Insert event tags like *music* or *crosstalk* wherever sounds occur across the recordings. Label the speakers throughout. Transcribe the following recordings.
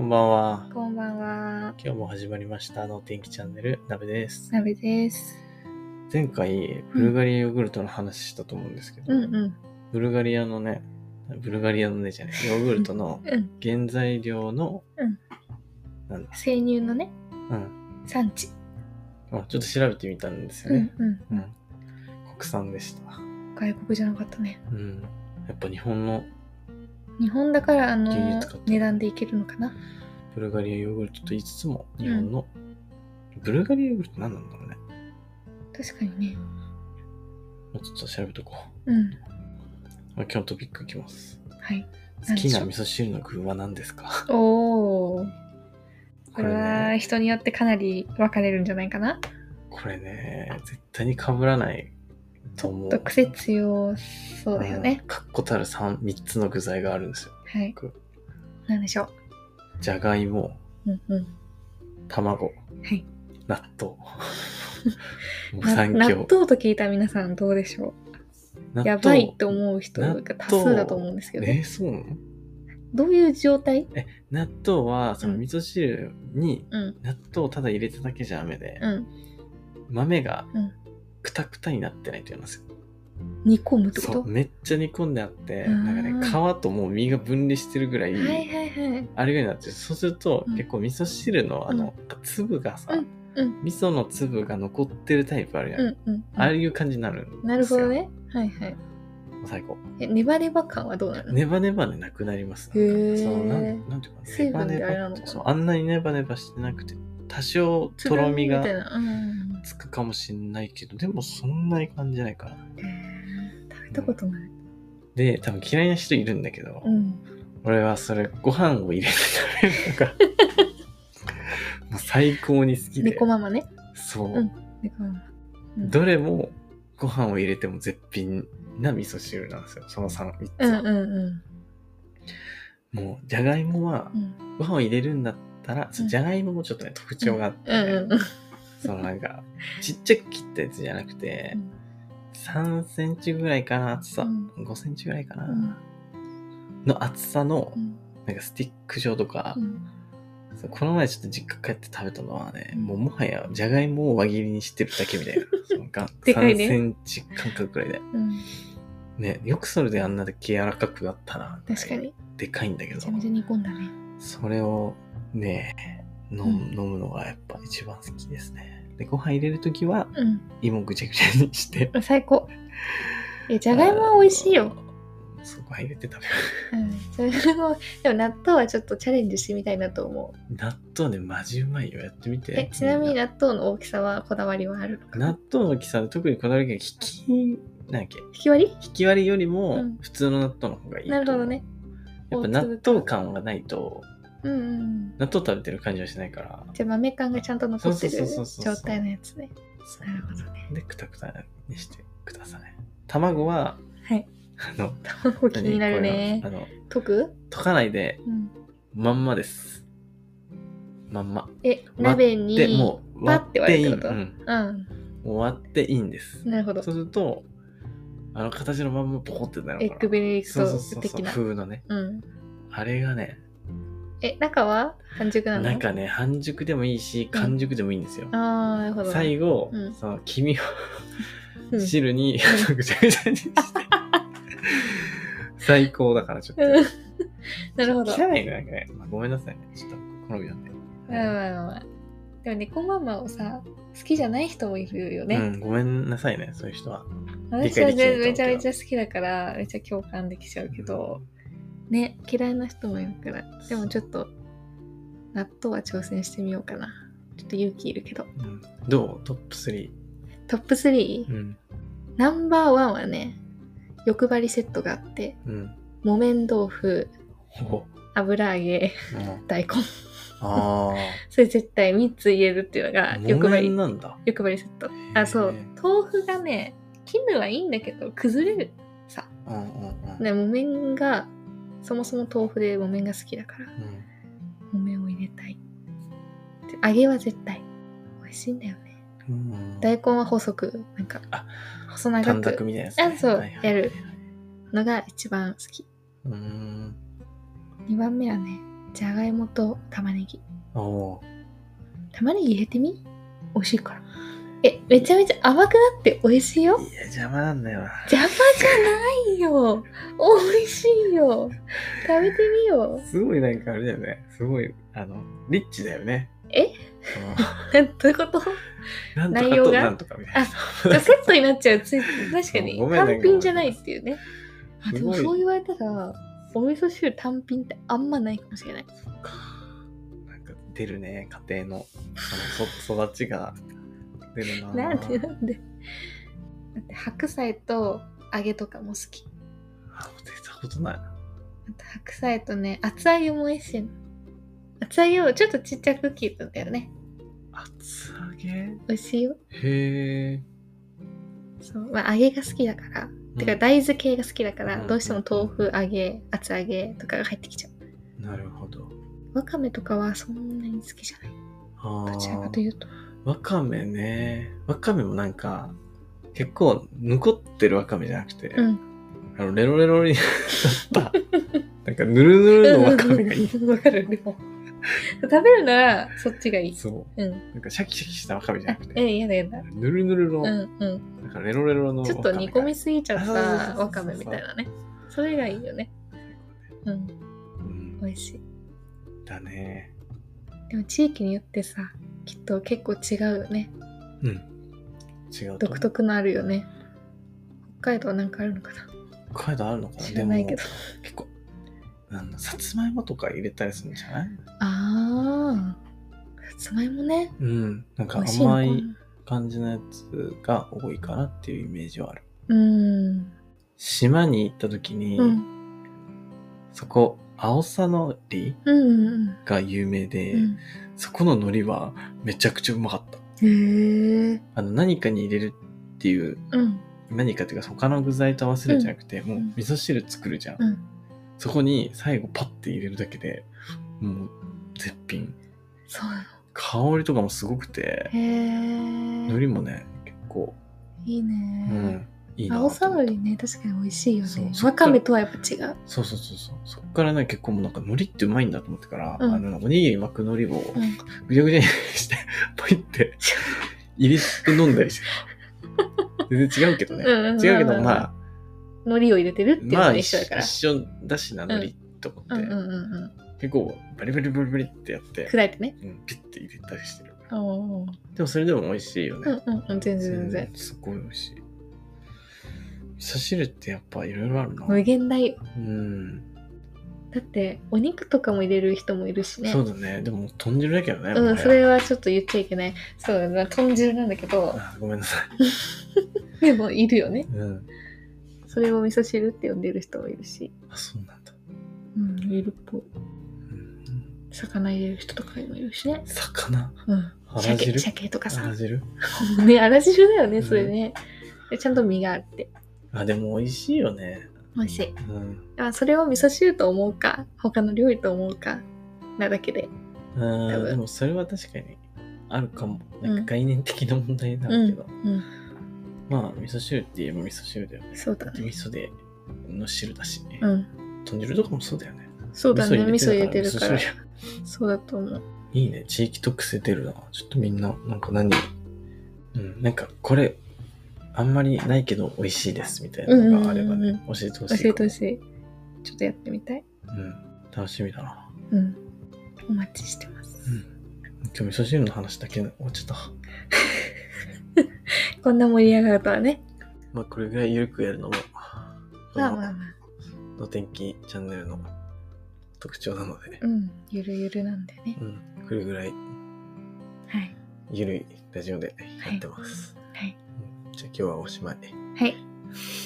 Speaker 1: んばんは。
Speaker 2: こんばんは。
Speaker 1: 今日も始まりました。あの天気チャンネル、なべです。
Speaker 2: なべです。
Speaker 1: 前回、ブルガリアヨーグルトの話したと思うんですけど、
Speaker 2: うんうん。
Speaker 1: ブルガリアのね、ブルガリアのねじゃない、ヨーグルトの
Speaker 2: うん。
Speaker 1: 原材料の、
Speaker 2: うん
Speaker 1: なんだ、
Speaker 2: 生乳のね、
Speaker 1: うん、
Speaker 2: 産地。
Speaker 1: あちょっと調べてみたんですよ
Speaker 2: うん
Speaker 1: ね。
Speaker 2: う。
Speaker 1: うんん、国産でした。
Speaker 2: 外国じゃなかったね。
Speaker 1: うん、やっぱ日本の
Speaker 2: 日本だから、あ
Speaker 1: 牛乳
Speaker 2: の
Speaker 1: 使って、る
Speaker 2: 値段でいけるのかな。
Speaker 1: ブルガリアヨーグルトと言いつつも、日本の、ブルガリアヨーグルト何なんだろうね。
Speaker 2: 確かにね。
Speaker 1: もうちょっと調べとこう。
Speaker 2: うん。
Speaker 1: まあ今日のトピックいきます。
Speaker 2: はい。
Speaker 1: 好
Speaker 2: 何
Speaker 1: き
Speaker 2: でしょう
Speaker 1: な味噌汁の具は何ですか
Speaker 2: おー。こ
Speaker 1: こ
Speaker 2: れ
Speaker 1: れ
Speaker 2: は
Speaker 1: ね、
Speaker 2: 人によってかなり分かれるんじゃないかな。
Speaker 1: これね、絶対に被らないと思う。
Speaker 2: と癖強そうだよね。
Speaker 1: うん。確固たる 3, 三つの具材があるんですよ。
Speaker 2: はい。なんでしょ
Speaker 1: じゃがいも、
Speaker 2: う。うんうん。
Speaker 1: 卵、
Speaker 2: はい。
Speaker 1: 納
Speaker 2: *laughs*
Speaker 1: 豆。無
Speaker 2: な
Speaker 1: 産
Speaker 2: 納
Speaker 1: 業。
Speaker 2: 豆と聞いた皆さんどうでしょ
Speaker 1: 納
Speaker 2: うやばいと思う人が多数だと思うんですけど、
Speaker 1: えそうなの
Speaker 2: どういう状態
Speaker 1: 納豆は、その
Speaker 2: うん
Speaker 1: 味噌汁に
Speaker 2: うん。
Speaker 1: 納豆をただ入れただけじゃダメで、
Speaker 2: うん。
Speaker 1: 豆が
Speaker 2: うん
Speaker 1: くたくたになってないと言いますよ。
Speaker 2: 煮込むってこ
Speaker 1: そ
Speaker 2: と
Speaker 1: う、めっちゃ煮込んであって、
Speaker 2: あー
Speaker 1: なんかね、皮ともう身が分離してるぐらい、
Speaker 2: はいはいはい。
Speaker 1: あれぐらいになってるそうすると、
Speaker 2: うん
Speaker 1: 結構味噌汁のあの、粒がさ、
Speaker 2: うんうん
Speaker 1: 味噌の粒が残ってるタイプあるじゃん、
Speaker 2: うんうん。
Speaker 1: ああいう感じになるんですよ
Speaker 2: なるほどね。はいはい。
Speaker 1: 最高
Speaker 2: え、ネバネバ感はどうなの
Speaker 1: ネバネバでなくなります
Speaker 2: へー
Speaker 1: そのなんなんていうか
Speaker 2: 水分であれなの
Speaker 1: ネバネ
Speaker 2: かな
Speaker 1: バそうあんなにネバネバしてなくて多少
Speaker 2: つ
Speaker 1: と
Speaker 2: ぶ
Speaker 1: ろみ
Speaker 2: みみた
Speaker 1: が
Speaker 2: いな。うん。
Speaker 1: つくかもしんないけどでもそんなに感じないから
Speaker 2: えー食べたことない。
Speaker 1: で多分嫌いな人いるんだけど、
Speaker 2: うん。
Speaker 1: 俺はそれご飯を入れて食べるのが
Speaker 2: *laughs*
Speaker 1: もう最高に好きで
Speaker 2: 猫ママね。
Speaker 1: そう、
Speaker 2: うん猫ママ。うん
Speaker 1: どれもご飯を入れても絶品な味噌汁なんですよ。その3、3つ
Speaker 2: うん
Speaker 1: は。
Speaker 2: うんうん
Speaker 1: もう、じゃがいもは
Speaker 2: う、ん。
Speaker 1: ご飯を入れるんだったら、そうじゃがいももちょっとね、特徴があって、
Speaker 2: うんうんうん。
Speaker 1: そのなんか、ちっちゃく切ったやつじゃなくて、3センチぐらいかな、厚さ。
Speaker 2: うん
Speaker 1: 5センチぐらいか
Speaker 2: う
Speaker 1: な。
Speaker 2: ん
Speaker 1: の厚さの
Speaker 2: う、ん
Speaker 1: なんかスティック状とか
Speaker 2: う、ん
Speaker 1: そうこの前ちょっと実家帰って食べたのはね、
Speaker 2: うん
Speaker 1: もうもはやじゃがいもを輪切りにしてるだけみたいな。そのが
Speaker 2: *laughs* でかい
Speaker 1: 3
Speaker 2: ね
Speaker 1: センチ間隔ぐらいで。
Speaker 2: うん。
Speaker 1: ね、よくそれであんなだけ柔らかくなったな。
Speaker 2: 確か。に。
Speaker 1: でかいんだけ
Speaker 2: め
Speaker 1: ど
Speaker 2: ちゃ、めちゃ煮込んだね。
Speaker 1: それをね、飲む,、
Speaker 2: うん
Speaker 1: 飲むのがやっぱ一番好きですね。で、ご飯入れるときは
Speaker 2: うん。
Speaker 1: 芋ぐちゃぐちゃにして。
Speaker 2: 最高。え、じゃがいもは美味しいよ。
Speaker 1: あの。そう、ご飯入れて食べる。 *laughs*
Speaker 2: うん。じゃがいも、でも納豆はちょっとチャレンジしてみたいなと思う。
Speaker 1: 納豆ね、マジうまいよ。やってみて。
Speaker 2: え、ちなみに
Speaker 1: みん
Speaker 2: 納豆の大きさはこだわりはあるのかな
Speaker 1: 納豆の大きさで特にこだわりが引き、なんだっけ、
Speaker 2: 引き割り
Speaker 1: 引き割りよりも
Speaker 2: うん
Speaker 1: 普通の納豆の方がいいと
Speaker 2: な
Speaker 1: 思う
Speaker 2: るほどね。
Speaker 1: やっぱ納豆感がないと、
Speaker 2: うんうん。
Speaker 1: 納豆食べてる感じはしないから、
Speaker 2: じゃあ豆感がちゃんと残ってる
Speaker 1: そうそうそうそうそう
Speaker 2: 状態のやつね。 *laughs*
Speaker 1: そう
Speaker 2: なるほどね。
Speaker 1: で、くたくたにしてください。卵は、
Speaker 2: はい。
Speaker 1: あの、
Speaker 2: 卵気になるね
Speaker 1: 何。こういうの
Speaker 2: 溶く
Speaker 1: あの、溶かないで、
Speaker 2: うん。
Speaker 1: まんまです。まんま。
Speaker 2: え、鍋に。
Speaker 1: で、もう、割っていい。
Speaker 2: パッて割るってこと
Speaker 1: うん
Speaker 2: うん。
Speaker 1: もう割っていいんです。
Speaker 2: なるほど
Speaker 1: そう。すると、あの、形のまんまポコってな
Speaker 2: エ
Speaker 1: る
Speaker 2: ッ
Speaker 1: から。
Speaker 2: グベネディク
Speaker 1: そうそう
Speaker 2: ト
Speaker 1: そうそ
Speaker 2: 的
Speaker 1: う、
Speaker 2: な。
Speaker 1: 風のね。
Speaker 2: うん。
Speaker 1: あれがね、
Speaker 2: え、中は半熟なの
Speaker 1: なんかね、半熟でもいいし、完熟でもいいんですよ。
Speaker 2: ああ、なるほど。
Speaker 1: 最後、
Speaker 2: うん
Speaker 1: その黄身を
Speaker 2: うん
Speaker 1: 汁に *laughs* ぐちゃぐちゃにして、最高だからちょっと。
Speaker 2: うん *laughs* なるほど。
Speaker 1: 汚いね、なんかね。まあごめんなさいね。ちょっと好みなんで。
Speaker 2: まあまあまあまあ。でも猫ママをさ、好きじゃない人もいるよ
Speaker 1: う
Speaker 2: ね。
Speaker 1: ん、ごめんなさいね、そういう人は。理
Speaker 2: 私
Speaker 1: 解
Speaker 2: は
Speaker 1: できないと思うけど
Speaker 2: めちゃめちゃ好きだから、めちゃ共感できちゃうけど。ね嫌いな人もいるからでもちょっと納豆は挑戦してみようかなちょっと勇気いるけど
Speaker 1: うん、どうトップ3。
Speaker 2: トップ3、
Speaker 1: うん。
Speaker 2: ナンバーワンはね欲張りセットがあって
Speaker 1: うん。
Speaker 2: 木綿豆腐
Speaker 1: ほぼ。
Speaker 2: 油揚げ
Speaker 1: うん、
Speaker 2: 大根 *laughs*
Speaker 1: あ
Speaker 2: それ絶対3つ入れるっていうの
Speaker 1: あ。
Speaker 2: が欲
Speaker 1: 木
Speaker 2: 張
Speaker 1: 綿
Speaker 2: り
Speaker 1: なんだ。
Speaker 2: 欲張りセットあ
Speaker 1: へ
Speaker 2: そう
Speaker 1: ー
Speaker 2: 豆腐がね絹はいいんだけど崩れるさ
Speaker 1: うんうんうん。
Speaker 2: ね木綿がそもそも豆腐で木綿が好きだから
Speaker 1: うん
Speaker 2: 木綿を入れたいで揚げは絶対美味しいんだよね
Speaker 1: うん
Speaker 2: 大根は細くなんか
Speaker 1: あ
Speaker 2: 細
Speaker 1: 短
Speaker 2: 長
Speaker 1: 冊
Speaker 2: く
Speaker 1: みたいなやつね、
Speaker 2: あそう
Speaker 1: はいはい
Speaker 2: やるのが一番好き
Speaker 1: うーん。
Speaker 2: 2番目はねじゃがいもと玉ねぎ
Speaker 1: おお
Speaker 2: 玉ねぎ入れてみ美味しいからえめちゃめちゃ甘くなって美味しいよ
Speaker 1: ー。いや、邪魔なんだよな。
Speaker 2: 邪魔じゃないよ美味しいよ食べてみよ
Speaker 1: *laughs* すごいなんかあれだよね。すごい、あの、リッチだよね。
Speaker 2: え
Speaker 1: その
Speaker 2: うどういうこと
Speaker 1: なんと
Speaker 2: 内
Speaker 1: か
Speaker 2: 容
Speaker 1: と
Speaker 2: が
Speaker 1: なんとかみたい
Speaker 2: あ
Speaker 1: な。
Speaker 2: そうじゃあセットになっちゃうつい確かに
Speaker 1: ごめんね
Speaker 2: 単品じゃないっていうねあ
Speaker 1: す
Speaker 2: で
Speaker 1: ご
Speaker 2: も
Speaker 1: い
Speaker 2: そう言われたらお味噌汁単品ってあんまないかもしれない
Speaker 1: なんか出るね、家庭の、そのそ育ちが出るな。
Speaker 2: なんでなんでだって白菜と揚げとかも好き
Speaker 1: あ出たことない。
Speaker 2: あと白菜とね厚揚げも美味しいの厚揚げをちょっとちっちゃく切るんだよね
Speaker 1: 厚揚げ
Speaker 2: 美味しいよ
Speaker 1: へえ。
Speaker 2: そう、まあ、揚げが好きだからて
Speaker 1: う
Speaker 2: か
Speaker 1: ん
Speaker 2: 大豆系が好きだから、
Speaker 1: うん
Speaker 2: どうしても豆腐揚げ厚揚げとかが入ってきちゃう
Speaker 1: なるほど。
Speaker 2: わかめとかはそんなに好きじゃない
Speaker 1: あ
Speaker 2: どちらかと
Speaker 1: ー
Speaker 2: いうと
Speaker 1: わかめね。わかめもなんか、結構残ってるわかめじゃなくて、
Speaker 2: うん
Speaker 1: あのレロレロに *laughs* なった、なんかぬるぬるのわかめがいい。
Speaker 2: わかるでも食べるならそっちがいい
Speaker 1: そうう。
Speaker 2: ん
Speaker 1: なんかシャキシャキしたわかめじゃ
Speaker 2: あ
Speaker 1: なく
Speaker 2: え
Speaker 1: て、
Speaker 2: やだやだ
Speaker 1: ぬるぬるの、
Speaker 2: う
Speaker 1: なん
Speaker 2: うん
Speaker 1: んかレロレロのわ
Speaker 2: ち
Speaker 1: か
Speaker 2: ょ
Speaker 1: め
Speaker 2: っ
Speaker 1: が
Speaker 2: と煮込みすぎちゃっ
Speaker 1: あそうそうそうそ
Speaker 2: た
Speaker 1: う
Speaker 2: わかめみたいなねそれがいいよねうん
Speaker 1: うん
Speaker 2: 美味しい
Speaker 1: だね。
Speaker 2: でも地域によってさきっと結構違うよね
Speaker 1: うん。違うと思
Speaker 2: 独
Speaker 1: う。
Speaker 2: 特のあるよね北海道なんかあるのかな
Speaker 1: 北海道あるのかな
Speaker 2: 知らないけ
Speaker 1: で
Speaker 2: ど
Speaker 1: も結構、なんださつまいもとか入れたりするんじゃない
Speaker 2: あーさつまいもね
Speaker 1: うん。なんか
Speaker 2: 美味しいのか
Speaker 1: 甘
Speaker 2: ない
Speaker 1: 感じのやつが多いかなっていうイメージはある。
Speaker 2: うん
Speaker 1: 島に行った時に、
Speaker 2: うん
Speaker 1: そこ、青さのり
Speaker 2: うんうん
Speaker 1: が有名で、
Speaker 2: うん
Speaker 1: そこの海苔はめちゃくちゃうまかった。
Speaker 2: へえ
Speaker 1: あの、何かに入れるっていう、
Speaker 2: うん
Speaker 1: 何かっていうか他の具材と合わせるんじゃなくて、もう
Speaker 2: うん
Speaker 1: 味噌汁作るじゃん。
Speaker 2: うん
Speaker 1: そこに最後パッて入れるだけで、もう絶品。
Speaker 2: そうなの
Speaker 1: 香りとかもすごくて、
Speaker 2: へ
Speaker 1: 海
Speaker 2: え
Speaker 1: 苔もね、結構、
Speaker 2: いいね
Speaker 1: う、ん、いいなと
Speaker 2: 青
Speaker 1: 思った
Speaker 2: さのりね確かに美味しいよ
Speaker 1: そう
Speaker 2: ね
Speaker 1: そっ
Speaker 2: わ
Speaker 1: か
Speaker 2: からめとはやっぱ違う
Speaker 1: そうそうそうそう。そっからね、結構もうなんか海苔ってうまいんだと思ってから、
Speaker 2: うん
Speaker 1: あの、おにぎり巻く海苔を
Speaker 2: うん
Speaker 1: ぐちゃぐちゃにして、ポイって入れて飲んだりしてた。全然違うけどね。
Speaker 2: うんうんうん
Speaker 1: 違うけど、まあ、
Speaker 2: 海苔を入れてるっていうの
Speaker 1: まあ
Speaker 2: が一
Speaker 1: 一
Speaker 2: 緒だか
Speaker 1: 緒
Speaker 2: ら、
Speaker 1: 一緒だしな、海苔と思って、
Speaker 2: うんうんうんうん
Speaker 1: 結構バリバリバリバリってやって、
Speaker 2: 砕いてね
Speaker 1: うん、ピッて入れたりしてる。
Speaker 2: おおー
Speaker 1: でもそれでも美味しいよね。
Speaker 2: うんうんうん全然全然
Speaker 1: すごい美味しい。味噌汁ってやっぱいろいろあるな。
Speaker 2: 無限大よ
Speaker 1: うん。
Speaker 2: だってお肉とかも入れる人もいるしね
Speaker 1: そうだね。でも豚汁だけどね。も
Speaker 2: う
Speaker 1: は
Speaker 2: ん、
Speaker 1: や
Speaker 2: それはちょっと言っちゃいけない。そうだな、豚汁なんだけど、
Speaker 1: あごめんなさい。
Speaker 2: でもいるよね。
Speaker 1: うん。
Speaker 2: それを味噌汁って呼んでる人もいるし。
Speaker 1: あ、そうなんだ。
Speaker 2: うん、いるっぽい。
Speaker 1: うん、
Speaker 2: 魚入れる人とかもいるしね。
Speaker 1: 魚
Speaker 2: うん。
Speaker 1: あら
Speaker 2: 鮭、
Speaker 1: 汁
Speaker 2: 鮭とかさ。
Speaker 1: あ汁
Speaker 2: *laughs* ね、あら汁だよね、それね。でちゃんと身があって。
Speaker 1: あ、でも美味しいよね。
Speaker 2: 美味しい。
Speaker 1: うん。
Speaker 2: あそれを味噌汁と思うか、他の料理と思うか、なだけで。多
Speaker 1: うん、
Speaker 2: 分
Speaker 1: でもそれは確かにあるかも。
Speaker 2: う
Speaker 1: なんんか概念的な問題なんだけど。
Speaker 2: うん。
Speaker 1: まあ、味噌汁って言えば味噌汁だよね。
Speaker 2: そうだ
Speaker 1: 味
Speaker 2: ね。
Speaker 1: 噌での汁だし、ね
Speaker 2: うん。
Speaker 1: 豚汁とかもそうだよね。
Speaker 2: そうだね、味
Speaker 1: 味
Speaker 2: 噌入
Speaker 1: 噌
Speaker 2: れ
Speaker 1: 入
Speaker 2: て
Speaker 1: れ
Speaker 2: る
Speaker 1: てる
Speaker 2: か
Speaker 1: からら。
Speaker 2: そうだと思う。
Speaker 1: いいね。地域特性出るな。ちょっとみんな、なんか何うん、なんかこれ、あんまりないけど美味しいですみたいなのがあれば
Speaker 2: うんうんうん
Speaker 1: ね、教えてほしいかも。
Speaker 2: 教えてほしい。ちょっとやってみたい。
Speaker 1: うん。楽しみだな。
Speaker 2: うん。お待ちしてます。
Speaker 1: 今日味噌汁の話だけ終わっちゃった。
Speaker 2: こんな盛り上がるとはね。
Speaker 1: まあこれぐらい緩くやるのも、こ
Speaker 2: まあまあ
Speaker 1: の
Speaker 2: まあ。
Speaker 1: お天気チャンネルの特徴なので、
Speaker 2: うん。ゆるゆるなんでね。
Speaker 1: うん、これぐらい
Speaker 2: はい。
Speaker 1: 緩いラジオでやってます。
Speaker 2: はい。
Speaker 1: うんじゃあ今日はおしまい。
Speaker 2: *laughs* はい。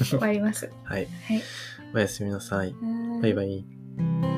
Speaker 2: 終わります。
Speaker 1: はい。
Speaker 2: はい。
Speaker 1: おやすみなさい。
Speaker 2: はーい
Speaker 1: バイバイ。
Speaker 2: バイ。